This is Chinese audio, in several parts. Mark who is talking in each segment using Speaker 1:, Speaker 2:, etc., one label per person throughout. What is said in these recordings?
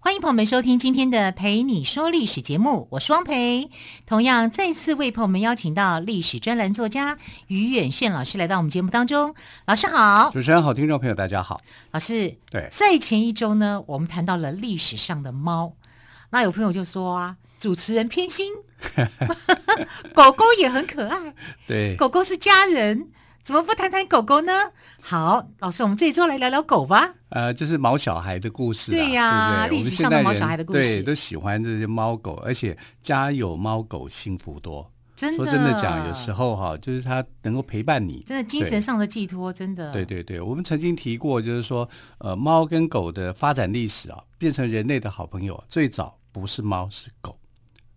Speaker 1: 欢迎朋友们收听今天的《陪你说历史》节目，我是汪培。同样再次为朋友们邀请到历史专栏作家于远炫老师来到我们节目当中。老师好，
Speaker 2: 主持人好，听众朋友大家好。
Speaker 1: 老师。
Speaker 2: 对，
Speaker 1: 在前一周呢，我们谈到了历史上的猫，那有朋友就说啊，主持人偏 心，狗狗也很可爱，
Speaker 2: 对，
Speaker 1: 狗狗是家人，怎么不谈谈狗狗呢？好，老师，我们这一周来聊聊狗吧。
Speaker 2: 呃，就是毛小孩的故事、啊，
Speaker 1: 对呀
Speaker 2: 对不对？
Speaker 1: 历
Speaker 2: 我们
Speaker 1: 史
Speaker 2: 现
Speaker 1: 上的
Speaker 2: 代
Speaker 1: 毛
Speaker 2: 人
Speaker 1: 小孩的故事
Speaker 2: 对，都喜欢这些猫狗，而且家有猫狗幸福多。
Speaker 1: 真的，
Speaker 2: 说真的讲，有时候哈、就是它能够陪伴你。
Speaker 1: 真的精神上的寄托，真的，
Speaker 2: 嗯对对对，我们曾经提过，就是说，呃，猫跟狗的发展历史啊，变成人类的好朋友啊，最早不是猫是狗，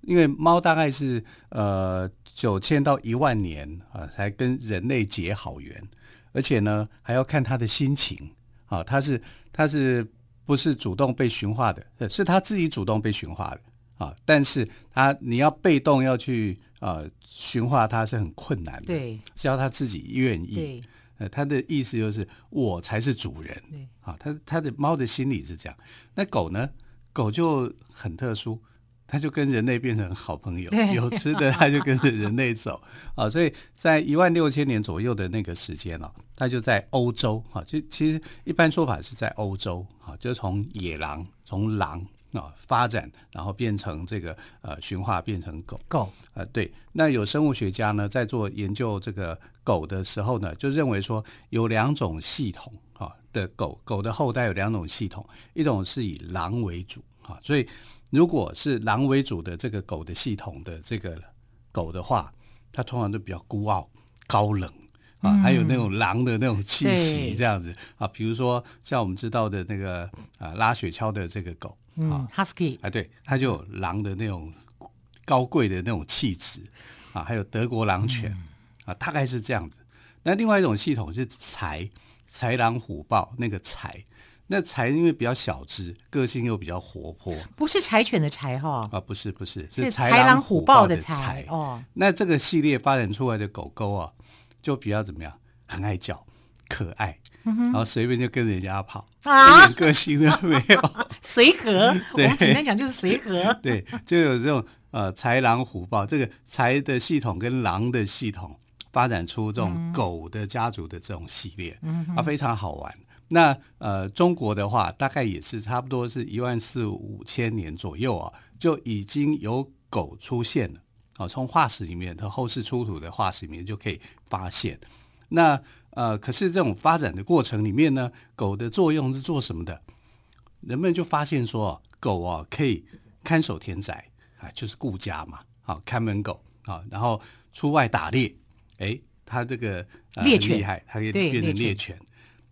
Speaker 2: 因为猫大概是呃九千到一万年啊、才跟人类结好缘，而且呢还要看它的心情啊，它是它是不是主动被驯化的，呃是它自己主动被驯化的。啊，但是它你要被动要去呃驯化它是很困难的，
Speaker 1: 对
Speaker 2: 是要它自己愿意。
Speaker 1: 对
Speaker 2: 呃，他的意思就是我才是主人
Speaker 1: 对
Speaker 2: 啊。他他的猫的心理是这样，那狗呢？狗就很特殊，它就跟人类变成好朋友
Speaker 1: 对，
Speaker 2: 有吃的它就跟着人类走啊。所以在一万六千年左右的那个时间哦，它就在欧洲啊。就其实一般说法是在欧洲啊，就是从野狼从狼啊发展，然后变成这个呃驯化变成狗。
Speaker 1: 狗，
Speaker 2: 呃，对，那有生物学家呢，在做研究这个狗的时候呢，就认为说有两种系统啊的狗，狗的后代有两种系统，一种是以狼为主啊，所以如果是狼为主的这个狗的系统的这个狗的话，它通常都比较孤傲、高冷啊，还有那种狼的那种气
Speaker 1: 对
Speaker 2: 息这样子啊，比如说像我们知道的那个啊拉雪橇的这个狗啊，
Speaker 1: 嗯，husky，
Speaker 2: 啊，对，它就有狼的那种高贵的那种气质啊，还有德国狼犬、
Speaker 1: 嗯
Speaker 2: 啊，大概是这样子。那另外一种系统是豺，豺狼虎豹那个豺，那豺因为比较小只，个性又比较活泼
Speaker 1: 不是柴犬的柴哈，
Speaker 2: 啊，不是不是
Speaker 1: 是
Speaker 2: 是豺
Speaker 1: 豺
Speaker 2: 狼
Speaker 1: 虎
Speaker 2: 虎
Speaker 1: 豹
Speaker 2: 豹
Speaker 1: 的
Speaker 2: 豺。
Speaker 1: 哦，
Speaker 2: 那这个系列发展出来的狗狗啊，就比较怎么样，很爱叫，可爱，然后随便就跟人家跑，
Speaker 1: 嗯啊
Speaker 2: 一点个性都没有。
Speaker 1: 随和，我
Speaker 2: 对
Speaker 1: 们简单讲就是随 和，
Speaker 2: 对，就有这种呃豺狼虎豹，这个豺的系统跟狼的系统发展出这种狗的家族的这种系列，啊，非常好玩。那呃，中国的话，大概也是差不多是一万四五千年左右啊，就已经有狗出现了。啊，从化石里面，它后世出土的化石里面就可以发现。那呃，可是这种发展的过程里面呢，狗的作用是做什么的？人们就发现说，狗啊可以看守田宅啊，就是顾家嘛，啊，看门狗啊，然后出外打猎，哎，它这个、呃、
Speaker 1: 猎
Speaker 2: 很
Speaker 1: 犬
Speaker 2: 厉害，它可以
Speaker 1: 对
Speaker 2: 变成
Speaker 1: 猎
Speaker 2: 猎犬。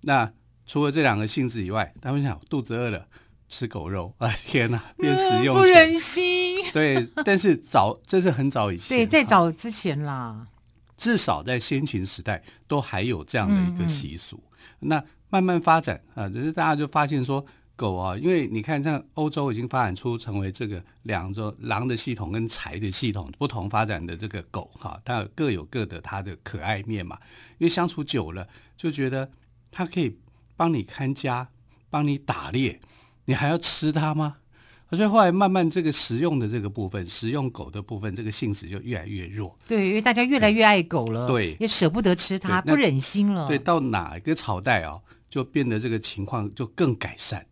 Speaker 2: 那除了这两个性质以外，他们想肚子饿了吃狗肉啊，天哪，变食
Speaker 1: 嗯
Speaker 2: 用
Speaker 1: 不
Speaker 2: 犬
Speaker 1: 忍心。
Speaker 2: 对，但是早这是很早以前，
Speaker 1: 对，在
Speaker 2: 啊
Speaker 1: 早之前啦，
Speaker 2: 至少在先秦时代都还有这样的一个习俗。那慢慢发展啊，就是大家就发现说。狗啊，因为你看，像欧洲已经发展出成为这个两种狼的系统跟豺的系统不同发展的这个狗哈、它各有各的它的可爱面嘛。因为相处久了，就觉得它可以帮你看家，帮你打猎，你还要吃它吗？所以后来慢慢这个食用的这个部分，食用狗的部分，这个性质就越来越弱。
Speaker 1: 对，因为大家越来越爱狗了，
Speaker 2: 对
Speaker 1: 也舍不得吃它，
Speaker 2: 对那
Speaker 1: 不忍心了，
Speaker 2: 对，到哪一个朝代啊、就变得这个情况就更改善。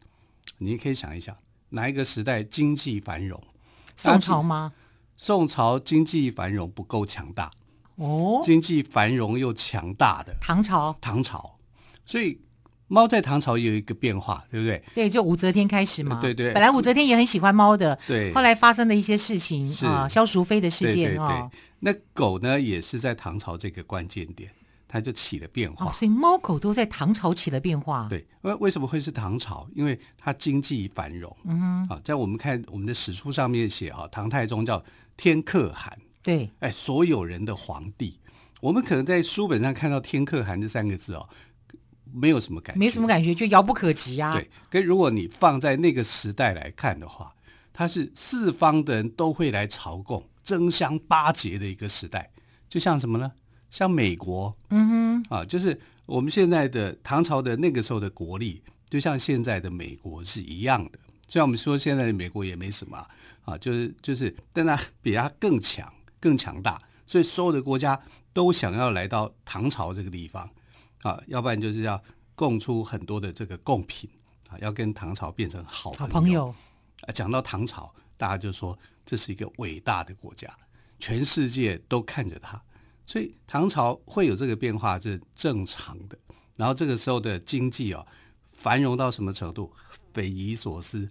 Speaker 2: 你可以想一想，哪一个时代经济繁荣？
Speaker 1: 宋朝吗？
Speaker 2: 宋朝经济繁荣不够强大，
Speaker 1: 哦，
Speaker 2: 经济繁荣又强大的
Speaker 1: 唐朝，
Speaker 2: 唐朝，所以猫在唐朝也有一个变化，对不对？
Speaker 1: 对，就武则天开始嘛，
Speaker 2: 对对对
Speaker 1: 本来武则天也很喜欢猫的，
Speaker 2: 对
Speaker 1: 后来发生的一些事情
Speaker 2: 是
Speaker 1: 啊，萧淑妃的事件
Speaker 2: 对对
Speaker 1: 啊
Speaker 2: 对，，那狗呢也是在唐朝这个关键点，它就起了变化。
Speaker 1: 哦，所以猫狗都在唐朝起了变化，
Speaker 2: 对，为为什么会是唐朝？因为它经济繁荣。嗯，啊，在我们看我们的史书上面写啊，唐太宗叫天可汗，
Speaker 1: 对
Speaker 2: 哎，所有人的皇帝，我们可能在书本上看到“天可汗”这三个字哦，没有什么感觉，
Speaker 1: 没什么感觉，就遥不可及啊。
Speaker 2: 对，跟如果你放在那个时代来看的话，它是四方的人都会来朝贡、争相巴结的一个时代，就像什么呢？像美国，嗯哼，啊，就是我们现在的唐朝的那个时候的国力，就像现在的美国是一样的。虽然我们说现在的美国也没什么啊啊，就是就是，但它比它更强、更强大，所以所有的国家都想要来到唐朝这个地方啊，要不然就是要供出很多的这个贡品啊，要跟唐朝变成好
Speaker 1: 好
Speaker 2: 朋
Speaker 1: 朋
Speaker 2: 友。
Speaker 1: 友，
Speaker 2: 啊，讲到唐朝，大家就说这是一个伟大的国家，全世界都看着它，所以唐朝会有这个变化是正常的。然后这个时候的经济啊，繁荣到什么程度？匪夷所思，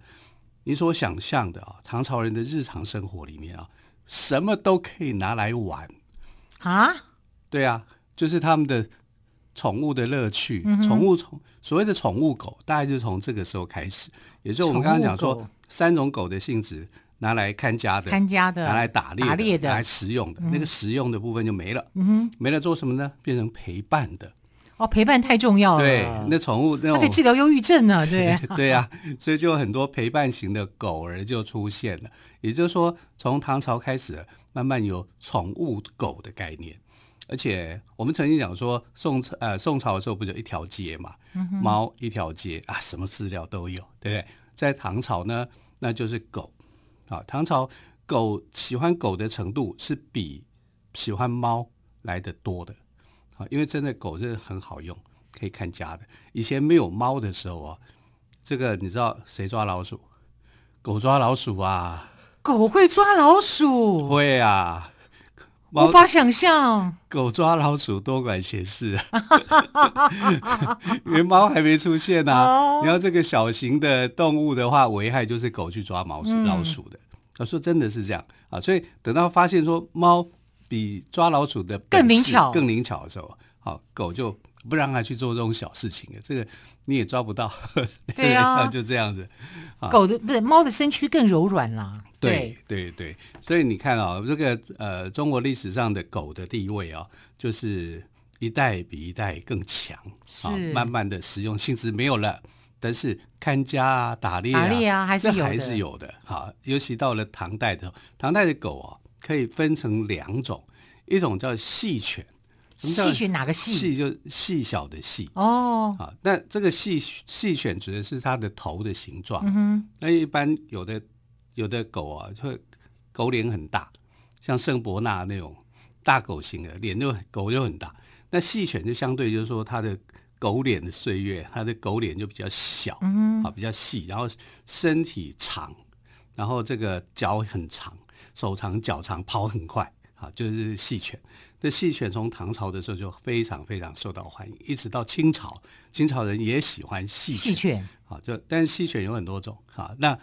Speaker 2: 你所想象的啊，唐朝人的日常生活里面啊，什么都可以拿来玩，
Speaker 1: 啊，
Speaker 2: 对啊，就是他们的宠物的乐趣，
Speaker 1: 嗯
Speaker 2: 宠、物宠所谓的宠物狗，大概就是从这个时候开始，也就是我们刚刚讲
Speaker 1: 宠物
Speaker 2: 说
Speaker 1: 狗
Speaker 2: 三种狗的性质，拿来看家的，
Speaker 1: 看家的
Speaker 2: 拿来打猎
Speaker 1: 打猎的嗯
Speaker 2: 拿来食用的，那个食用的部分就没了，没了做什么呢？变成陪伴的，
Speaker 1: 哦，陪伴太重要了。
Speaker 2: 对，哦那宠物那
Speaker 1: 它可以
Speaker 2: 种，
Speaker 1: 治疗忧郁症呢，对
Speaker 2: 对呀、所以就有很多陪伴型的狗儿就出现了。也就是说，从唐朝开始，慢慢有宠物狗的概念。而且我们曾经讲说，宋呃宋朝的时候不就一条街嘛，猫一条街啊，什么饲料都有，对不对？在唐朝呢，那就是狗啊。唐朝狗喜欢狗的程度是比喜欢猫来的多的啊，因为真的狗真的很好用，可以看家的。以前没有猫的时候啊，这个你知道谁抓老鼠？狗抓老鼠啊，
Speaker 1: 狗会抓老鼠，
Speaker 2: 会啊。
Speaker 1: 无
Speaker 2: 猫
Speaker 1: 法想象。
Speaker 2: 狗抓老鼠多管闲事，啊 因为猫还没出现
Speaker 1: 哦
Speaker 2: 啊。你要这个小型的动物的话，危害就是狗去抓毛鼠、
Speaker 1: 嗯
Speaker 2: 老鼠的。我说真的是这样啊，所以等到发现说猫比抓老鼠的本
Speaker 1: 更灵
Speaker 2: 事
Speaker 1: 巧
Speaker 2: 更灵巧的时候，好、狗就不让它去做这种小事情了。这个你也抓不到，
Speaker 1: 对啊
Speaker 2: 就这样子。
Speaker 1: 狗的不是猫的身躯更柔软啦，
Speaker 2: 啊对，对对，所以你看啊、这个呃，中国历史上的狗的地位啊、就是一代比一代更强啊、
Speaker 1: 是
Speaker 2: 慢慢的实用性质没有了，但是看家啊、打猎
Speaker 1: 打
Speaker 2: 啊，
Speaker 1: 猎啊还是
Speaker 2: 这
Speaker 1: 有
Speaker 2: 还
Speaker 1: 的
Speaker 2: 是有的。好，尤其到了唐代的时候唐代的狗啊、可以分成两种，一种叫细犬，什么叫
Speaker 1: 细犬哪个细
Speaker 2: 细就细小的细，
Speaker 1: 哦，
Speaker 2: 啊，那这个细细犬指的是它的头的形状。
Speaker 1: 嗯
Speaker 2: 那一般有的有的狗啊，就会狗脸很大，像圣伯纳那种大狗型的，脸就很狗就很大。那细犬就相对就是说它的狗脸的岁月，它的狗脸就比较小，
Speaker 1: 嗯
Speaker 2: 啊，比较细，然后身体长，然后这个脚很长，手长脚长，跑很快。啊，就是细犬。那细犬从唐朝的时候就非常非常受到欢迎，一直到清朝，清朝人也喜欢细
Speaker 1: 细
Speaker 2: 犬。
Speaker 1: 犬
Speaker 2: 啊，就但是细犬有很多种啊，那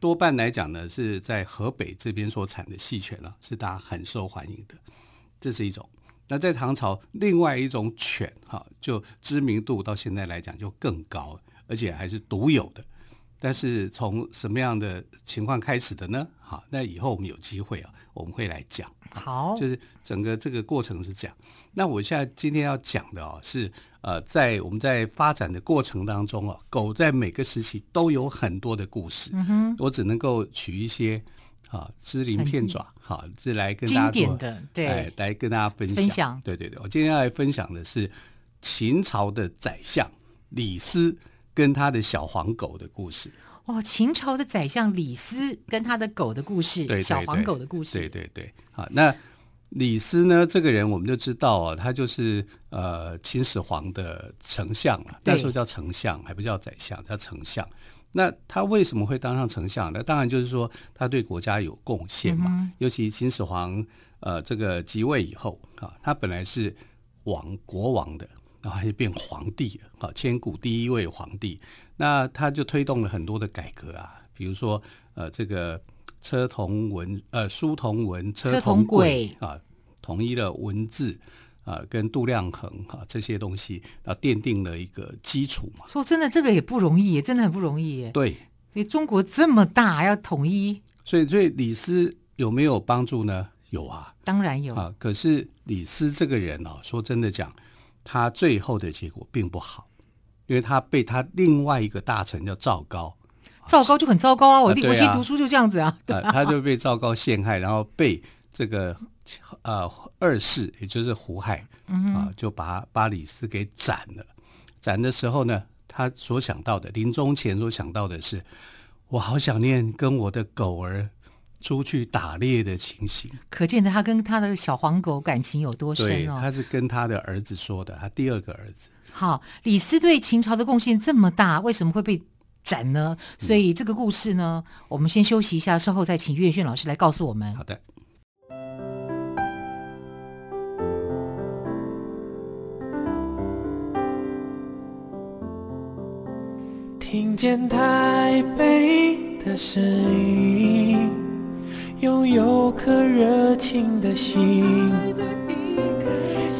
Speaker 2: 多半来讲呢，是在河北这边所产的细犬呢、是大家很受欢迎的，这是一种。那在唐朝，另外一种犬哈、就知名度到现在来讲就更高，而且还是独有的。但是从什么样的情况开始的呢？好，那以后我们有机会啊，我们会来讲。
Speaker 1: 好
Speaker 2: 就是整个这个过程是这样。那我现在今天要讲的哦，是呃，在我们在发展的过程当中哦，狗在每个时期都有很多的故事。
Speaker 1: 嗯
Speaker 2: 我只能够取一些啊支鳞片爪，好，这来跟大
Speaker 1: 经
Speaker 2: 家做
Speaker 1: 典的
Speaker 2: 哎
Speaker 1: 对，
Speaker 2: 来跟大家分享。
Speaker 1: 分享
Speaker 2: 对对对，我今天要来分享的是秦朝的宰相李斯跟他的小黄狗的故事。
Speaker 1: 哦，秦朝的宰相李斯跟他的狗的故
Speaker 2: 对对
Speaker 1: 事，
Speaker 2: 对
Speaker 1: 小黄狗的故
Speaker 2: 对
Speaker 1: 事，
Speaker 2: 对对，好，那李斯呢？这个人我们就知道哦，他就是呃秦始皇的丞相了，
Speaker 1: 对
Speaker 2: 那时候叫丞相，还不叫宰相，叫丞相。那他为什么会当上丞相？那当然就是说他对国家有贡献嘛。尤其秦始皇呃这个即位以后啊，他本来是王国王的，然后他就变皇帝了啊，千古第一位皇帝。那他就推动了很多的改革啊，比如说呃这个车同文呃书同文车
Speaker 1: 车
Speaker 2: 同
Speaker 1: 同
Speaker 2: 轨
Speaker 1: 轨
Speaker 2: 啊，统一了文字啊跟度量衡啊这些东西啊，奠定了一个基础嘛。
Speaker 1: 说真的，这个也不容易，真的很不容易耶。
Speaker 2: 对，
Speaker 1: 因为中国这么大，要统一，
Speaker 2: 所以所以李斯有没有帮助呢？有啊，
Speaker 1: 当然有，
Speaker 2: 啊。可是李斯这个人哦，说真的讲，他最后的结果并不好，因为他被他另外一个大臣叫赵高，
Speaker 1: 糟糕就很糟糕啊！我
Speaker 2: 啊
Speaker 1: 弟、
Speaker 2: 对啊
Speaker 1: 我其实读书就这样子啊，
Speaker 2: 呃，他就被赵高陷害，然后被这个呃二世，也就是胡亥啊、就把把李斯给斩了。斩的时候呢，他所想到的，临终前所想到的是，我好想念跟我的狗儿出去打猎的情形。
Speaker 1: 可见的他跟他的小黄狗感情有多
Speaker 2: 对，
Speaker 1: 深哦。
Speaker 2: 他是跟他的儿子说的，他第二个儿子。
Speaker 1: 好，李斯对秦朝的贡献这么大，为什么会被斩呢？所以这个故事呢，我们先休息一下，稍后再请岳炫老师来告诉我们
Speaker 2: 好。的。
Speaker 3: 听见台北的声音，拥有颗热情的心，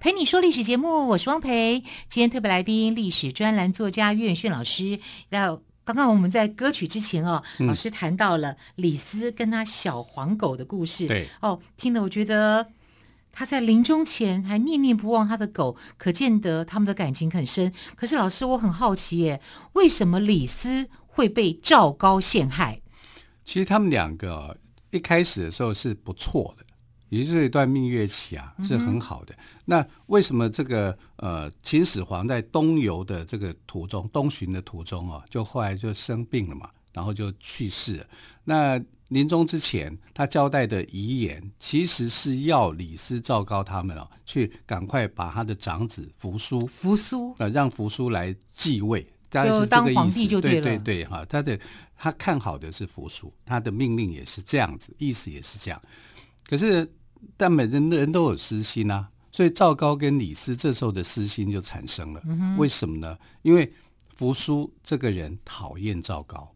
Speaker 1: 陪你说历史节目，我是汪培。今天特别来宾，历史专栏作家岳远炫老师。那刚刚我们在歌曲之前哦，
Speaker 2: 嗯
Speaker 1: 老师谈到了李斯跟他小黄狗的故事。
Speaker 2: 对
Speaker 1: 哦，听了我觉得他在临终前还念念不忘他的狗，可见得他们的感情很深。可是老师，我很好奇耶，为什么李斯会被赵高陷害？
Speaker 2: 其实他们两个哦一开始的时候是不错的，也就是一段蜜月期啊，是很好的。那为什么这个呃秦始皇在东游的这个途中，东巡的途中哦，就后来就生病了嘛，然后就去世了。那临终之前，他交代的遗言其实是要李斯、赵高他们哦，去赶快把他的长子扶苏
Speaker 1: 扶苏
Speaker 2: 呃，让扶苏来继位，大概
Speaker 1: 就是
Speaker 2: 这
Speaker 1: 当
Speaker 2: 个意
Speaker 1: 皇
Speaker 2: 思。
Speaker 1: 帝就对
Speaker 2: 对
Speaker 1: 了
Speaker 2: 对对，哈，他的他看好的是扶苏，他的命令也是这样子，意思也是这样。可是，但每人人都有私心啊，所以赵高跟李斯这时候的私心就产生了。
Speaker 1: 嗯
Speaker 2: 为什么呢？因为扶苏这个人讨厌赵高，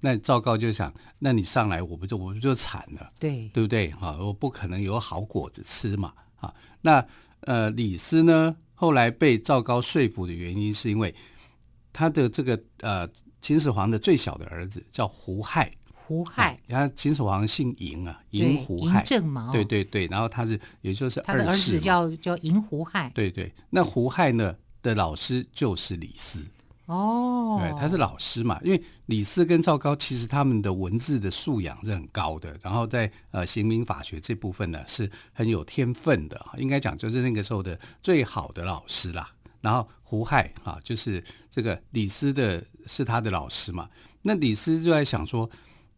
Speaker 2: 那赵高就想，那你上来我不就我不就惨了？
Speaker 1: 对
Speaker 2: 对不对？哈、我不可能有好果子吃嘛，啊，那呃，李斯呢，后来被赵高说服的原因，是因为他的这个呃，秦始皇的最小的儿子叫胡亥，
Speaker 1: 胡亥，
Speaker 2: 然后秦始皇姓嬴啊，
Speaker 1: 对
Speaker 2: 嬴啊胡亥
Speaker 1: 嬴，政嘛哦
Speaker 2: 对对对，然后他是也就是
Speaker 1: 他的儿
Speaker 2: 世
Speaker 1: 子
Speaker 2: 嘛
Speaker 1: 叫叫嬴胡亥。
Speaker 2: 对对，那胡亥呢的老师就是李斯，
Speaker 1: 哦，
Speaker 2: 对，他是老师嘛，因为李斯跟赵高其实他们的文字的素养是很高的，然后在呃刑民法学这部分呢是很有天分的，应该讲就是那个时候的最好的老师啦。然后胡亥啊，就是这个李斯的是他的老师嘛，那李斯就在想说，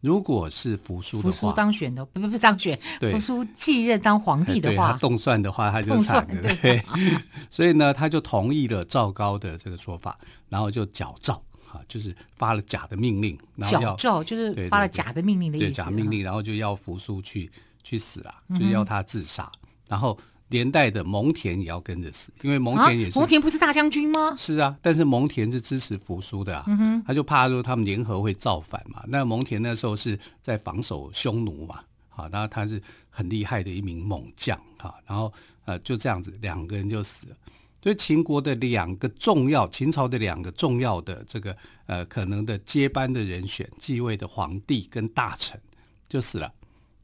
Speaker 2: 如果是扶苏
Speaker 1: 扶
Speaker 2: 的
Speaker 1: 苏
Speaker 2: 话，哎
Speaker 1: 当选的，不不不当选，
Speaker 2: 对
Speaker 1: 扶苏继任当皇帝的
Speaker 2: 对他
Speaker 1: 话，
Speaker 2: 动算的话，他就
Speaker 1: 动
Speaker 2: 惨
Speaker 1: 算
Speaker 2: 了。 对， 所以呢，他就同意了赵高的这个说法，然后就矫诏啊，就是发了假的命令，然后
Speaker 1: 矫
Speaker 2: 要
Speaker 1: 诏就是
Speaker 2: 对
Speaker 1: 发了
Speaker 2: 对对
Speaker 1: 假的命令的意
Speaker 2: 对
Speaker 1: 思。啊
Speaker 2: 假命令，然后就要扶苏去去死啊，
Speaker 1: 嗯
Speaker 2: 就是要他自杀，然后连带的蒙恬也要跟着死，因为蒙
Speaker 1: 啊，
Speaker 2: 恬也是、
Speaker 1: 蒙恬不是大将军吗？
Speaker 2: 是啊，但是蒙恬是支持扶苏的啊，他就怕说他们联合会造反嘛。那蒙恬那时候是在防守匈奴嘛，好，那他是很厉害的一名猛将啊。然后呃，就这样子，两个人就死了。所以秦国的两个重要，秦朝的两个重要的这个呃可能的接班的人选，继位的皇帝跟大臣就死了。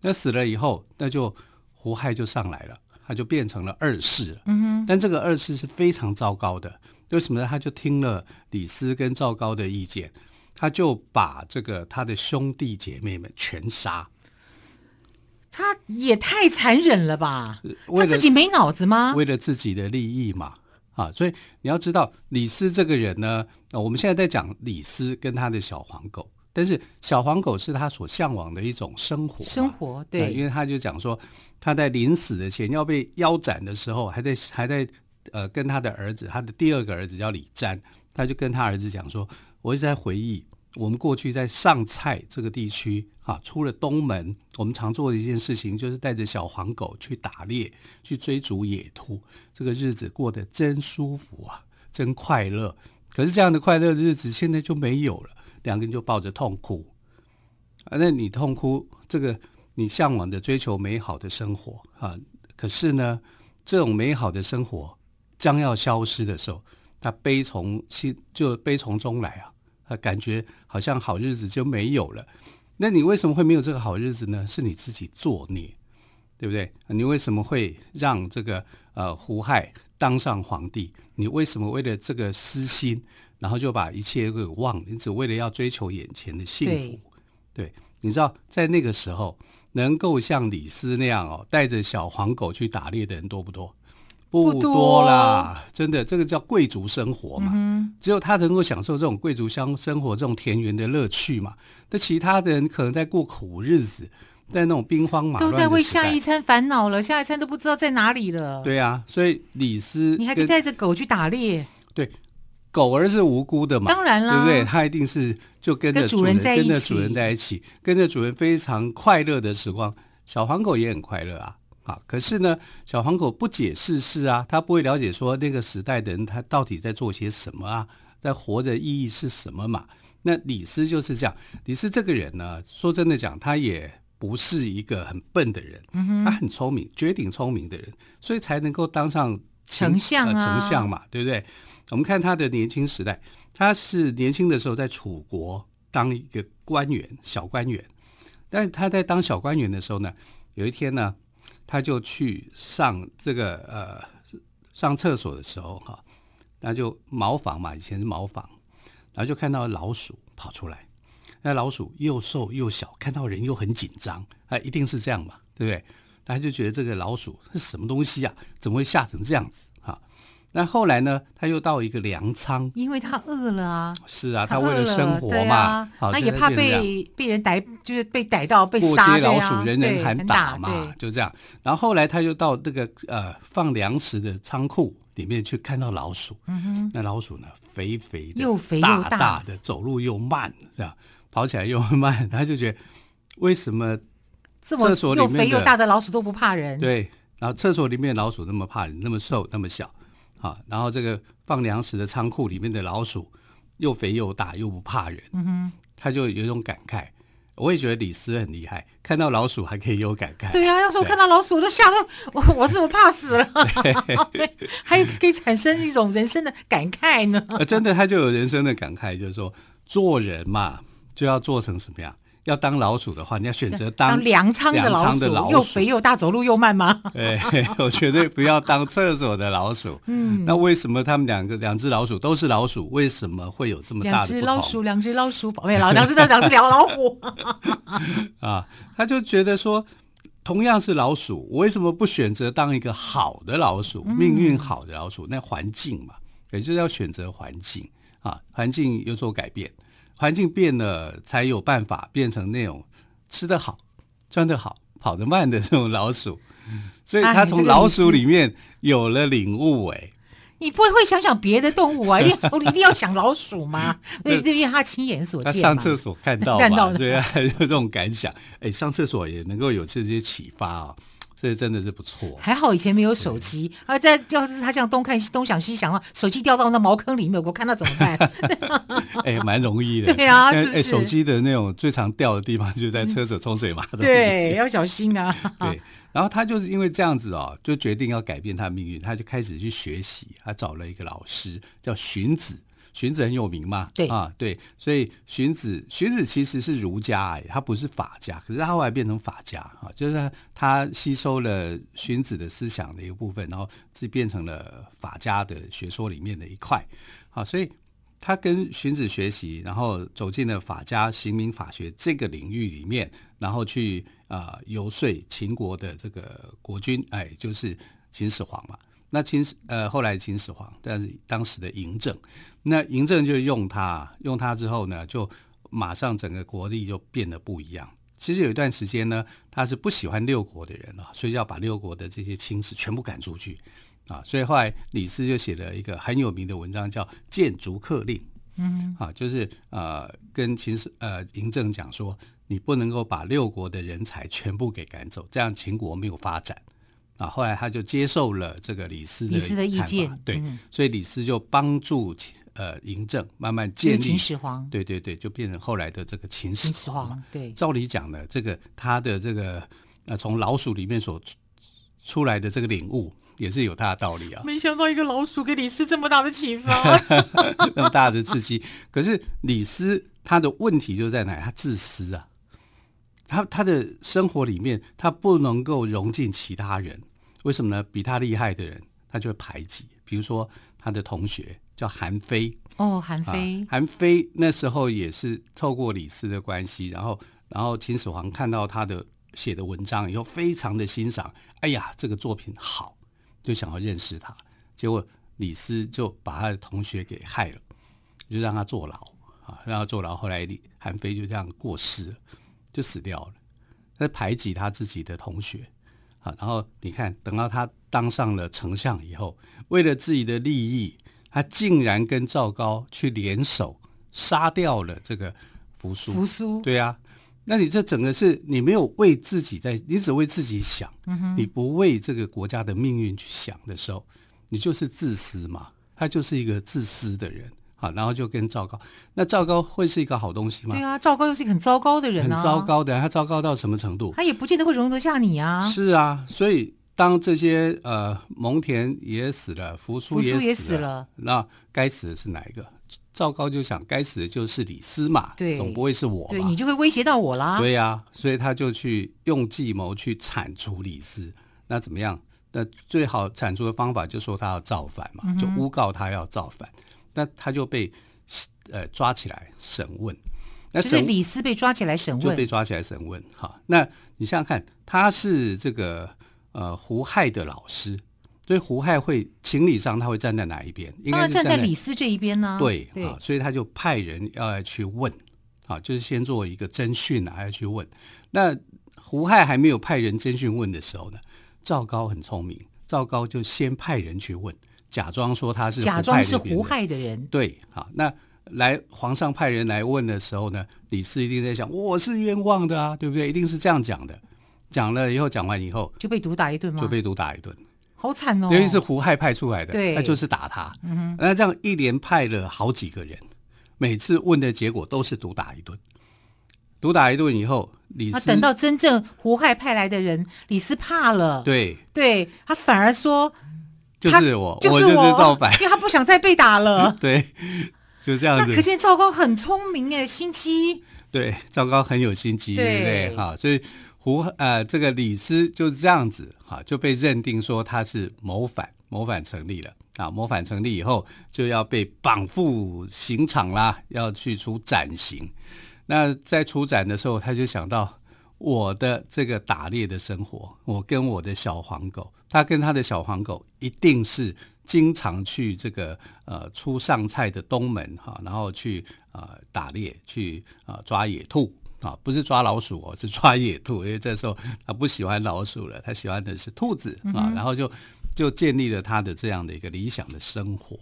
Speaker 2: 那死了以后，那就胡亥就上来了，他就变成了二世了。嗯但这个二世是非常糟糕的，为什么呢？他就听了李斯跟赵高的意见，他就把这个他的兄弟姐妹们全杀。
Speaker 1: 他也太残忍了吧！
Speaker 2: 呃为
Speaker 1: 他
Speaker 2: 了
Speaker 1: 自己没脑子吗？
Speaker 2: 为了自己的利益嘛，啊，所以你要知道李斯这个人呢，呃我们现在在讲李斯跟他的小黄狗，但是小黄狗是他所向往的一种生活嘛，
Speaker 1: 生活
Speaker 2: 呃因
Speaker 1: 对，
Speaker 2: 为他就讲说他在临死的前要被腰斩的时候，还在还在呃跟他的儿子，他的第二个儿子叫李瞻，他就跟他儿子讲说，我一直在回忆我们过去在上蔡这个地区啊，出了东门，我们常做的一件事情就是带着小黄狗去打猎，去追逐野兔，这个日子过得真舒服啊，真快乐。可是这样的快乐日子现在就没有了，两个人就抱着痛哭啊。那你痛哭，这个你向往的追求美好的生活啊，可是呢，这种美好的生活将要消失的时候，他悲从心就悲从中来啊。啊，感觉好像好日子就没有了。那你为什么会没有这个好日子呢？是你自己作孽，对不对？你为什么会让这个呃胡亥当上皇帝？你为什么为了这个私心，然后就把一切给忘了？你只为了要追求眼前的幸福，对,对？你知道，在那个时候，能够像李斯那样哦，带着小黄狗去打猎的人多不多？不多啦，真的，这个叫贵族生活嘛，嗯、只有他能够享受这种贵族乡生活、这种田园的乐趣嘛。那其他的人可能在过苦日子，在那种兵荒马乱
Speaker 1: 都在为下一餐烦恼了，下一餐都不知道在哪里了。
Speaker 2: 对啊，所以李斯，
Speaker 1: 你还得带着狗去打猎。
Speaker 2: 对，狗儿是无辜的嘛，
Speaker 1: 当然啦，
Speaker 2: 对不对？它一定是就跟着
Speaker 1: 主人在一
Speaker 2: 起，跟着主人在一起，跟着主人非常快乐的时光。小黄狗也很快乐啊。啊，可是呢，小黄狗不解世事啊，他不会了解说那个时代的人他到底在做些什么啊，在活着意义是什么嘛？那李斯就是这样，李斯这个人呢，说真的讲，他也不是一个很笨的人，嗯、他很聪明，绝顶聪明的人，所以才能够当上
Speaker 1: 丞相啊、
Speaker 2: 呃，丞相嘛，对不对？我们看他的年轻时代，他是年轻的时候在楚国当一个官员，小官员，但是他在当小官员的时候呢，有一天呢。他就去上这个呃上厕所的时候哈，那就茅房嘛，以前是茅房，然后就看到老鼠跑出来，那老鼠又瘦又小，看到人又很紧张，啊，一定是这样嘛，对不对？他就觉得这个老鼠是什么东西啊，怎么会吓成这样子哈？那后来呢，他又到一个粮仓，
Speaker 1: 因为他饿了啊，
Speaker 2: 是啊，他为了生活嘛，
Speaker 1: 他啊也怕被被人逮，就是被逮到被杀
Speaker 2: 街老鼠人人喊打嘛，就这样。然后后来他又到那个呃放粮食的仓库里面去看到老鼠，那老鼠呢肥肥的，
Speaker 1: 嗯又肥又
Speaker 2: 大的，走路又慢，这样跑起来又慢，他就觉得为什么厕所里
Speaker 1: 又
Speaker 2: 面
Speaker 1: 肥又大的老鼠都不怕人？
Speaker 2: 对，然后厕所里面老鼠那么怕人，那么瘦，那么小。啊，然后这个放粮食的仓库里面的老鼠又肥又大又不怕人，嗯、他就有一种感慨。我也觉得李斯很厉害，看到老鼠还可以有感慨。
Speaker 1: 对呀、啊，要是我看到老鼠，我都吓到我，我怎么怕死了？还可以产生一种人生的感慨呢。
Speaker 2: 啊、真的，他就有人生的感慨，就是说做人嘛，就要做成什么样。要当老鼠的话，你要选择
Speaker 1: 当 粮仓
Speaker 2: 的
Speaker 1: 老
Speaker 2: 鼠，老鼠
Speaker 1: 又肥又大，走路又慢吗？
Speaker 2: 对，哎我绝对不要当厕所的老鼠。嗯，那为什么他们两个两只老鼠都是老鼠，为什么会有这么大
Speaker 1: 两
Speaker 2: 的
Speaker 1: 只老鼠，两只老鼠，宝贝老两只老两只老老虎
Speaker 2: 啊！他就觉得说，同样是老鼠，我为什么不选择当一个好的老鼠，
Speaker 1: 嗯
Speaker 2: 命运好的老鼠？那环境嘛，也就是要选择环境啊，环境有所改变。环境变了，才有办法变成那种吃得好、穿得好、跑得慢的这种老鼠， 所
Speaker 1: 啊
Speaker 2: 以他从老鼠里面有了领悟、欸。哎，
Speaker 1: 你不会想想别的动物啊？一定要一定要想老鼠吗？因为因为他亲眼所见，
Speaker 2: 他上厕所看到
Speaker 1: 看到
Speaker 2: 所以他有这种感想。哎、欸，上厕所也能够有这些启发啊、哦。这真的是不错，啊
Speaker 1: 还好以前没有手机啊！在要是他这样东看东想西想啊，手机掉到那茅坑里面，我看他怎么 办？
Speaker 2: 哎，蛮容易的，哎
Speaker 1: 对啊，是不是？
Speaker 2: 手机的那种最常掉的地方就在厕所冲水马桶，
Speaker 1: 对， 要小心啊。
Speaker 2: 对，然后他就是因为这样子哦，就决定要改变他的命运，他就开始去学习，他找了一个老师叫荀子。荀子很有名嘛，
Speaker 1: 对
Speaker 2: 啊，对，所以荀子，荀子其实是儒家、欸，他不是法家，可是他后来变成法家啊，就是他吸收了荀子的思想的一个部分，然后这变成了法家的学说里面的一块啊，所以他跟荀子学习，然后走进了法家刑民法学这个领域里面，然后去啊、呃、游说秦国的这个国君，哎，就是秦始皇嘛。那秦始呃，后来秦始皇，但是当时的嬴政，那嬴政就用他，用他之后呢，就马上整个国力就变得不一样。其实有一段时间呢，他是不喜欢六国的人啊，所以要把六国的这些亲事全部赶出去啊。所以后来李斯就写了一个很有名的文章，叫《谏逐客令》。嗯，啊，就是呃，跟秦始呃嬴政讲说，你不能够把六国的人才全部给赶走，这样秦国没有发展。啊，后来他就接受了这个李斯的
Speaker 1: 李斯的意
Speaker 2: 看法
Speaker 1: 见
Speaker 2: 对，
Speaker 1: 嗯
Speaker 2: 所以李斯就帮助秦呃嬴政慢慢
Speaker 1: 就
Speaker 2: 建
Speaker 1: 是
Speaker 2: 立
Speaker 1: 秦始皇，
Speaker 2: 对对对，就变成后来的这个秦始
Speaker 1: 秦始
Speaker 2: 皇嘛。
Speaker 1: 皇，对，。
Speaker 2: 照理讲呢，这个他的这个呃，从老鼠里面所出出来的这个领悟，也是有他的道理啊
Speaker 1: 没想到一个老鼠给李斯这么大的启发，
Speaker 2: 那么大的刺激，可是李斯他的问题就在哪里？他自私啊，他他的生活里面他不能够融进其他人，为什么呢？比他厉害的人，他就会排挤。比如说他的同学叫韩非，
Speaker 1: 哦，韩
Speaker 2: 啊
Speaker 1: 非，
Speaker 2: 韩非那时候也是透过李斯的关系，然后然后秦始皇看到他的写的文章以后，非常的欣赏，哎呀，这个作品好，就想要认识他。结果李斯就把他的同学给害了，就让他坐牢啊，让他坐牢。后来李韩非就这样过世了，就死掉了。他排挤他自己的同学啊，然后你看，等到他当上了丞相以后，为了自己的利益，他竟然跟赵高去联手杀掉了这个扶苏。
Speaker 1: 扶苏，
Speaker 2: 对啊，那你这整个是你没有为自己在，你只为自己想，你不为这个国家的命运去想的时候，你就是自私嘛。他就是一个自私的人啊，然后就跟赵高，那赵高会是一个好东西吗
Speaker 1: 对？啊，赵高又是一个很糟糕的
Speaker 2: 很
Speaker 1: 人啊，
Speaker 2: 糟，糕的，他糟糕到什么程度？
Speaker 1: 他也不见得会容得下你啊，
Speaker 2: 是啊，所以当这些呃蒙恬也死了，扶苏
Speaker 1: 扶苏也
Speaker 2: 死
Speaker 1: 死了
Speaker 2: 那该死的是哪一个？赵高就想，该死的就是李斯嘛，
Speaker 1: 对
Speaker 2: 总不会是我
Speaker 1: 对
Speaker 2: 嘛
Speaker 1: 你，就会威胁到我啦，
Speaker 2: 对呀、所以他就去用计谋去铲除李斯。那怎么样？那最好铲除的方法就说他要造反
Speaker 1: 嗯
Speaker 2: 嘛，就诬告他要造反，那他就被呃抓起来审问。那
Speaker 1: 就是
Speaker 2: 审
Speaker 1: 李斯被抓起来审
Speaker 2: 就被
Speaker 1: 问，
Speaker 2: 抓起来审问。哈，那你想想看，他是这个呃胡亥的老师，所以胡亥会情理上他会站在哪一边？应
Speaker 1: 当
Speaker 2: 该
Speaker 1: 然
Speaker 2: 是
Speaker 1: 站在
Speaker 2: 在
Speaker 1: 李斯这一边呢，
Speaker 2: 对
Speaker 1: 对
Speaker 2: 啊，，所以他就派人要来去问啊，就是先做一个侦讯啊，要去问。那胡亥还没有派人侦讯问的时候呢，赵高很聪明，赵高就先派人去问，假装说他是
Speaker 1: 假
Speaker 2: 胡
Speaker 1: 装
Speaker 2: 亥
Speaker 1: 是
Speaker 2: 那边
Speaker 1: 胡
Speaker 2: 的
Speaker 1: 亥的人，
Speaker 2: 对，好，那来皇上派人来问的时候呢，李斯一定在想我是冤枉的啊，对不对？一定是这样讲的。讲了以后，讲完以后
Speaker 1: 就被毒打一顿吗？
Speaker 2: 就被毒打一顿，
Speaker 1: 好惨哦，
Speaker 2: 因为是胡亥派出来的，
Speaker 1: 对嗯
Speaker 2: 那就是打他。那这样一连派了好几个人，每次问的结果都是毒打一顿。毒打一顿以后，李
Speaker 1: 那
Speaker 2: 斯
Speaker 1: 啊等到真正胡亥派来的人，李斯怕了，
Speaker 2: 对，
Speaker 1: 对他反而说
Speaker 2: 就是我，
Speaker 1: 就
Speaker 2: 我
Speaker 1: 是
Speaker 2: 就
Speaker 1: 我，
Speaker 2: 是造反。
Speaker 1: 因为他不想再被打了
Speaker 2: 对，就这样
Speaker 1: 那
Speaker 2: 子
Speaker 1: 可。见赵高很聪明哎，心机
Speaker 2: 对，赵高很有心机，
Speaker 1: 对
Speaker 2: 对不对？哈，所以胡呃，这个李斯就是这样子哈，就被认定说他是谋反，谋反成立了啊，谋反成立以后就要被绑赴刑场啦，要去处斩刑。那在处斩的时候，他就想到我的这个打猎的生活，我跟我的小黄狗，他跟他的小黄狗一定是经常去这个呃出上菜的东门哈、然后去呃打猎，去呃抓野兔啊，不是抓老鼠哦，是抓野兔，因为这时候他不喜欢老鼠了，他喜欢的是兔子啊，然后就就建立了他的这样的一个理想的生活，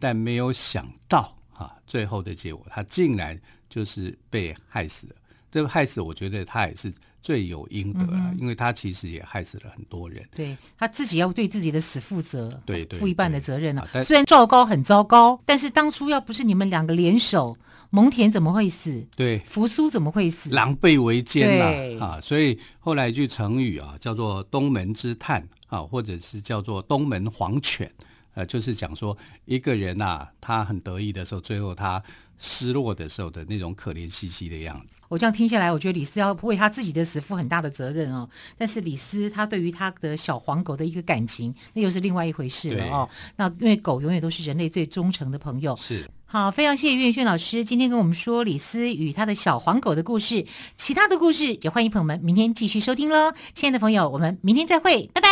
Speaker 2: 但没有想到啊，最后的结果他竟然就是被害死了。这个害死，我觉得他也是罪有应得
Speaker 1: 嗯
Speaker 2: 了，因为他其实也害死了很多人。
Speaker 1: 对他自己要对自己的死负责，
Speaker 2: 对对
Speaker 1: 负一半的
Speaker 2: 对
Speaker 1: 责任了、
Speaker 2: 啊但
Speaker 1: 虽然赵高很糟糕，但是当初要不是你们两个联手，蒙恬怎么会死？
Speaker 2: 对，
Speaker 1: 扶苏怎么会死？
Speaker 2: 狼狈为奸
Speaker 1: 对
Speaker 2: 啦啊，所以后来一句成语啊，叫做“东门之叹”啊，或者是叫做“东门黄犬”，呃，就是讲说一个人呐、啊，他很得意的时候，最后他失落的时候的那种可怜兮兮的样子。
Speaker 1: 我这样听下来，我觉得李斯要为他自己的死负很大的责任哦。但是李斯他对于他的小黄狗的一个感情，那又是另外一回事了哦。那因为狗永远都是人类最忠诚的朋友。
Speaker 2: 是，
Speaker 1: 好，非常谢谢岳轩老师今天跟我们说李斯与他的小黄狗的故事，其他的故事也欢迎朋友们明天继续收听喽。亲爱的朋友，我们明天再会，拜拜。